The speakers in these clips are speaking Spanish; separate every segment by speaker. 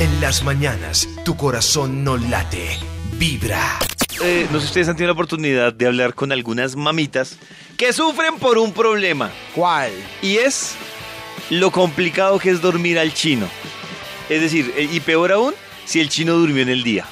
Speaker 1: En las mañanas, tu corazón no late, vibra.
Speaker 2: Eh, no sé si ustedes han tenido la oportunidad de hablar con algunas mamitas que sufren por un problema
Speaker 3: ¿Cuál?
Speaker 2: y es lo complicado que es dormir al chino. Es decir, eh, y peor aún, si el chino durmió en el día.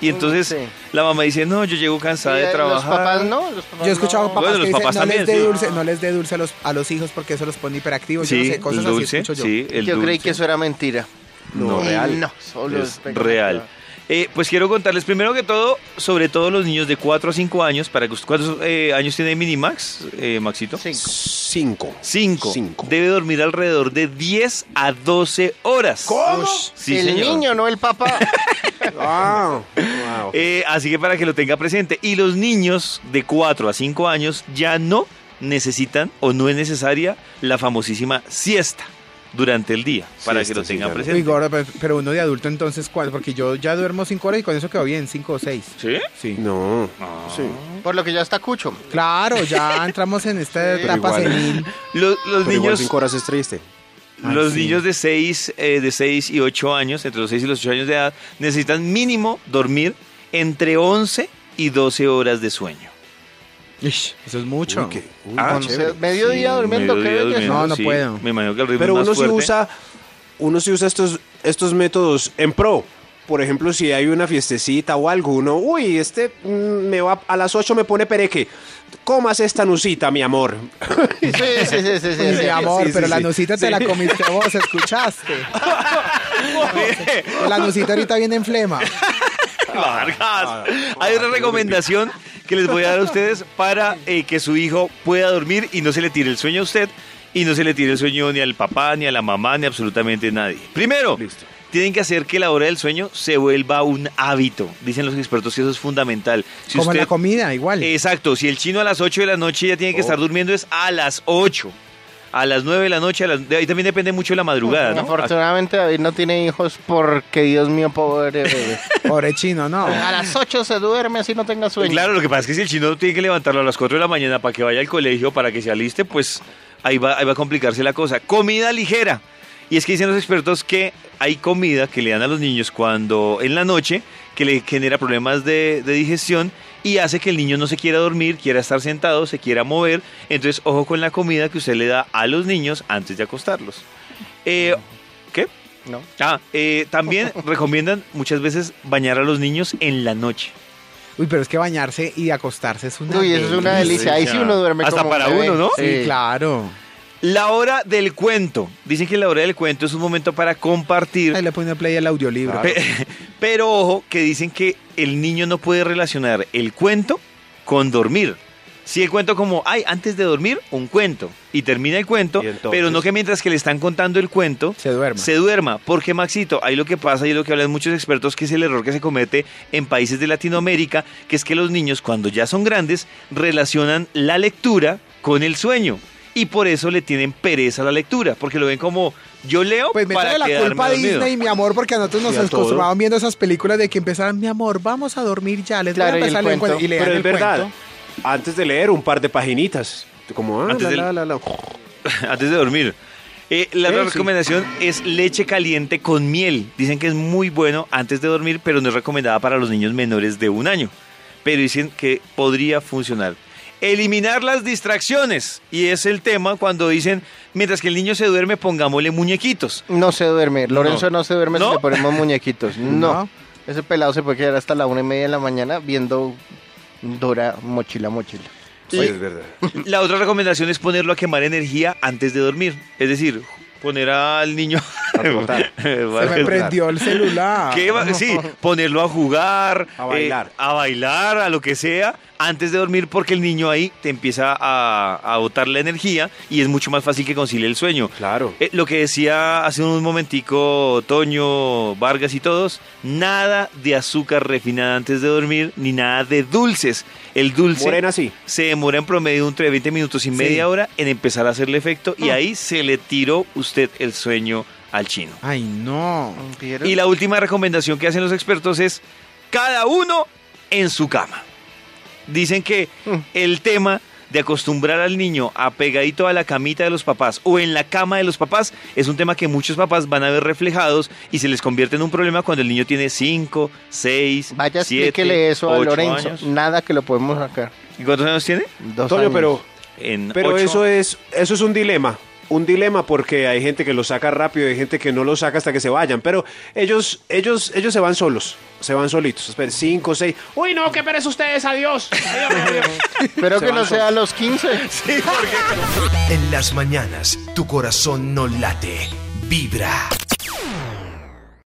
Speaker 2: Y entonces
Speaker 4: sí.
Speaker 2: la mamá dice, no, yo llego cansada de
Speaker 4: Eh, Los
Speaker 2: trabajar.
Speaker 4: papás no, los papás
Speaker 3: Yo he escuchado
Speaker 4: no.
Speaker 3: papás
Speaker 2: Bueno,
Speaker 3: que
Speaker 2: los
Speaker 3: dicen,
Speaker 2: papás
Speaker 3: no,
Speaker 2: también,
Speaker 3: les dé
Speaker 2: sí.
Speaker 3: dulce, no les dé dulce a los, a los hijos porque eso los pone hiperactivos. yo
Speaker 2: Sí,
Speaker 3: no sé, cosas
Speaker 2: el dulce,
Speaker 3: así escucho yo.
Speaker 2: sí, el
Speaker 4: yo creí
Speaker 2: dulce.
Speaker 4: que eso era mentira.
Speaker 2: No,
Speaker 4: Eh,
Speaker 2: real.
Speaker 4: No, solo
Speaker 2: es
Speaker 4: pega-
Speaker 2: real. Eh, pues quiero contarles primero que todo, sobre todo los niños de 4 a 5 años, para que us- ¿cuántos eh, años tiene Minimax, eh, Maxito?
Speaker 4: Cinco.
Speaker 5: Cinco.
Speaker 2: 5.
Speaker 5: Cinco.
Speaker 2: Debe dormir alrededor de 10 a 12 horas.
Speaker 4: Ush,
Speaker 2: Sí,
Speaker 4: el
Speaker 2: señor.
Speaker 4: niño, no el papá.
Speaker 5: Ah, wow.
Speaker 2: Eh, así que para que lo tenga presente. Y los niños de 4 a 5 años ya no necesitan o no es necesaria la famosísima siesta durante el día, para
Speaker 5: Siesta,
Speaker 2: que lo
Speaker 5: sí,
Speaker 2: tenga
Speaker 5: claro.
Speaker 3: Uy,
Speaker 2: presente.
Speaker 3: gordo, pero- pero uno de adulto entonces, ¿cuál? Porque yo ya duermo cinco horas y con eso quedó bien, cinco o seis.
Speaker 2: ¿Sí?
Speaker 3: Sí.
Speaker 5: No. Sí.
Speaker 4: Por lo que ya está Cucho.
Speaker 3: Claro, ya entramos en esta
Speaker 4: Sí.
Speaker 3: etapa
Speaker 5: Pero igual.
Speaker 3: senil.
Speaker 2: Lo- los
Speaker 5: Pero igual
Speaker 2: niños...
Speaker 5: cinco horas es triste.
Speaker 3: Ay,
Speaker 2: los
Speaker 3: sí.
Speaker 2: niños de 6 de seis y 8 años, entre los 6 y los 8 años de edad, necesitan mínimo dormir entre 11 y 12 horas de sueño.
Speaker 3: Ish, Eso es mucho.
Speaker 5: Uy, qué- uy,
Speaker 2: Ah,
Speaker 5: qué
Speaker 4: Once-
Speaker 5: chévere.
Speaker 4: mediodía durmiendo,
Speaker 2: Mediodía
Speaker 4: creo que
Speaker 2: durmiendo,
Speaker 3: No, no puedo.
Speaker 2: Me imagino que el ritmo
Speaker 5: Pero
Speaker 2: es más
Speaker 5: uno sí
Speaker 2: fuerte.
Speaker 5: usa, uno sí usa estos, estos métodos en pro. Por ejemplo, si hay una fiestecita o algo, uno, uy, este mm, me va a las 8 me pone pereque. Comas esta nucita, mi amor.
Speaker 4: Sí, sí, sí, sí, sí,
Speaker 3: Uy,
Speaker 4: sí.
Speaker 3: mi amor,
Speaker 5: sí, sí,
Speaker 3: pero la
Speaker 5: sí.
Speaker 3: nucita te la comiste vos, ¿escuchaste? la nucita ahorita viene en flema.
Speaker 2: Vargas. Hay otra recomendación que les voy a dar a ustedes para eh, que su hijo pueda dormir y no se le tire el sueño a usted y no se le tire el sueño ni al papá, ni a la mamá, ni absolutamente nadie. Primero, tienen que hacer que la hora del sueño se vuelva un hábito. Dicen los expertos que eso es fundamental. Si
Speaker 3: Como en la
Speaker 2: usted-
Speaker 3: comida, igual.
Speaker 2: Exacto, si el chino a las 8 de la noche ya tiene que estar durmiendo es a las 8. A las 9 de la noche, a las- de ahí también depende mucho de la madrugada, ¿no?
Speaker 4: Afortunadamente David no tiene hijos porque Dios mío, pobre bebé.
Speaker 3: Pobre chino, no.
Speaker 4: A las 8 se duerme así no tenga sueño.
Speaker 2: Claro, lo que pasa es que si el chino tiene que levantarlo a las 4 de la mañana para que vaya al colegio, para que se aliste, pues ahí va, ahí va a complicarse la cosa. Comida ligera. Y es que dicen los expertos que hay comida que le dan a los niños cuando en la noche que le genera problemas de, de digestión y hace que el niño no se quiera dormir, quiera estar sentado, se quiera mover. Entonces, ojo con la comida que usted le da a los niños antes de acostarlos. Eh, ¿Qué?
Speaker 4: No.
Speaker 2: Ah, eh, también recomiendan muchas veces bañar a los niños en la noche.
Speaker 3: Uy, pero es que bañarse y acostarse es una.
Speaker 4: Uy, eso es una delicia. Ahí sí uno duerme
Speaker 2: Hasta
Speaker 4: como un
Speaker 2: para
Speaker 4: bebé.
Speaker 2: uno, ¿no?
Speaker 3: Sí,
Speaker 4: Sí.
Speaker 3: claro.
Speaker 2: La hora del cuento. Dicen que la hora del cuento es un momento para compartir.
Speaker 3: Ahí le pone play al audiolibro.
Speaker 2: pe- Pero ojo, que dicen que el niño no puede relacionar el cuento con dormir. Si el cuento como, ay, antes de dormir, un cuento. Y termina el cuento,
Speaker 5: Y entonces-
Speaker 2: pero no que mientras que le están contando el cuento,
Speaker 3: Se duerma.
Speaker 2: se duerma, porque Maxito, ahí lo que pasa y lo que hablan muchos expertos, que es el error que se comete en países de Latinoamérica, que es que los niños cuando ya son grandes relacionan la lectura con el sueño. Y por eso le tienen pereza a la lectura, porque lo ven como yo leo
Speaker 3: Pues
Speaker 2: para
Speaker 3: métele la
Speaker 2: quedarme
Speaker 3: culpa a
Speaker 2: dormido.
Speaker 3: Disney, mi amor, porque a nosotros nos
Speaker 5: Y a todo.
Speaker 3: acostumbraban viendo esas películas de que empezaban, mi amor, vamos a dormir ya, les
Speaker 4: Claro,
Speaker 3: voy
Speaker 4: y
Speaker 3: a
Speaker 4: el
Speaker 3: empezar el
Speaker 4: cuento.
Speaker 3: cuento. Y lean
Speaker 5: Pero
Speaker 3: el
Speaker 5: es verdad.
Speaker 3: cuento.
Speaker 5: Antes de leer un par de paginitas. Como, ah,
Speaker 2: Antes
Speaker 5: la,
Speaker 2: del-
Speaker 5: la, la, la.
Speaker 2: antes de dormir. Eh, la
Speaker 5: Sí,
Speaker 2: otra
Speaker 5: sí.
Speaker 2: recomendación es leche caliente con miel. Dicen que es muy bueno antes de dormir, pero no es recomendada para los niños menores de un año. Pero dicen que podría funcionar. Eliminar las distracciones. Y es el tema cuando dicen, mientras que el niño se duerme, pongámosle muñequitos.
Speaker 4: No se duerme. Lorenzo no, se duerme
Speaker 2: ¿No?
Speaker 4: si le ponemos muñequitos. No.
Speaker 3: No.
Speaker 4: Ese pelado se puede quedar hasta la una y media de la mañana viendo Dora mochila mochila.
Speaker 5: Sí, es verdad.
Speaker 2: La otra recomendación es ponerlo a quemar energía antes de dormir. Es decir, poner al niño...
Speaker 5: A trotar.
Speaker 3: Se me prendió el celular.
Speaker 2: ¿Qué va- Sí, ponerlo a jugar, eh,
Speaker 5: A bailar.
Speaker 2: a bailar, a lo que sea, antes de dormir, porque el niño ahí te empieza a, a botar la energía y es mucho más fácil que concilie el sueño.
Speaker 5: Claro.
Speaker 2: Eh, lo que decía hace un momentico Toño, Vargas y todos, nada de azúcar refinada antes de dormir, ni nada de dulces. El dulce
Speaker 5: Morena sí.
Speaker 2: se demora en promedio entre 20 minutos y media hora en empezar a hacerle efecto
Speaker 5: Ah.
Speaker 2: y ahí se le tiró usted el sueño al chino.
Speaker 3: Ay, no.
Speaker 2: Y la última recomendación que hacen los expertos es
Speaker 4: Mm.
Speaker 2: cada uno en su cama. Dicen que el tema de acostumbrar al niño a pegadito a la camita de los papás o en la cama de los papás es un tema que muchos papás van a ver reflejados y se les convierte en un problema cuando el niño tiene 5, 6,
Speaker 4: Vaya,
Speaker 2: 7,
Speaker 4: explíquele eso a
Speaker 2: 8
Speaker 4: Lorenzo.
Speaker 2: años.
Speaker 4: Nada que lo podemos sacar.
Speaker 2: ¿Y cuántos años tiene?
Speaker 4: Dos
Speaker 5: Toño,
Speaker 4: años.
Speaker 5: pero,
Speaker 2: En
Speaker 5: pero
Speaker 2: ocho.
Speaker 5: eso, es, eso es un dilema. Un dilema porque hay gente que lo saca rápido y hay gente que no lo saca hasta que se vayan. Pero ellos, ellos, ellos se van solos. Se van solitos. Esperen, cinco, seis. Uy, no, qué pereza ustedes. Adiós. Adiós, adiós.
Speaker 4: Espero
Speaker 5: Se
Speaker 4: que
Speaker 5: van
Speaker 4: no sea a los 15.
Speaker 1: En las mañanas, tu corazón no late, vibra.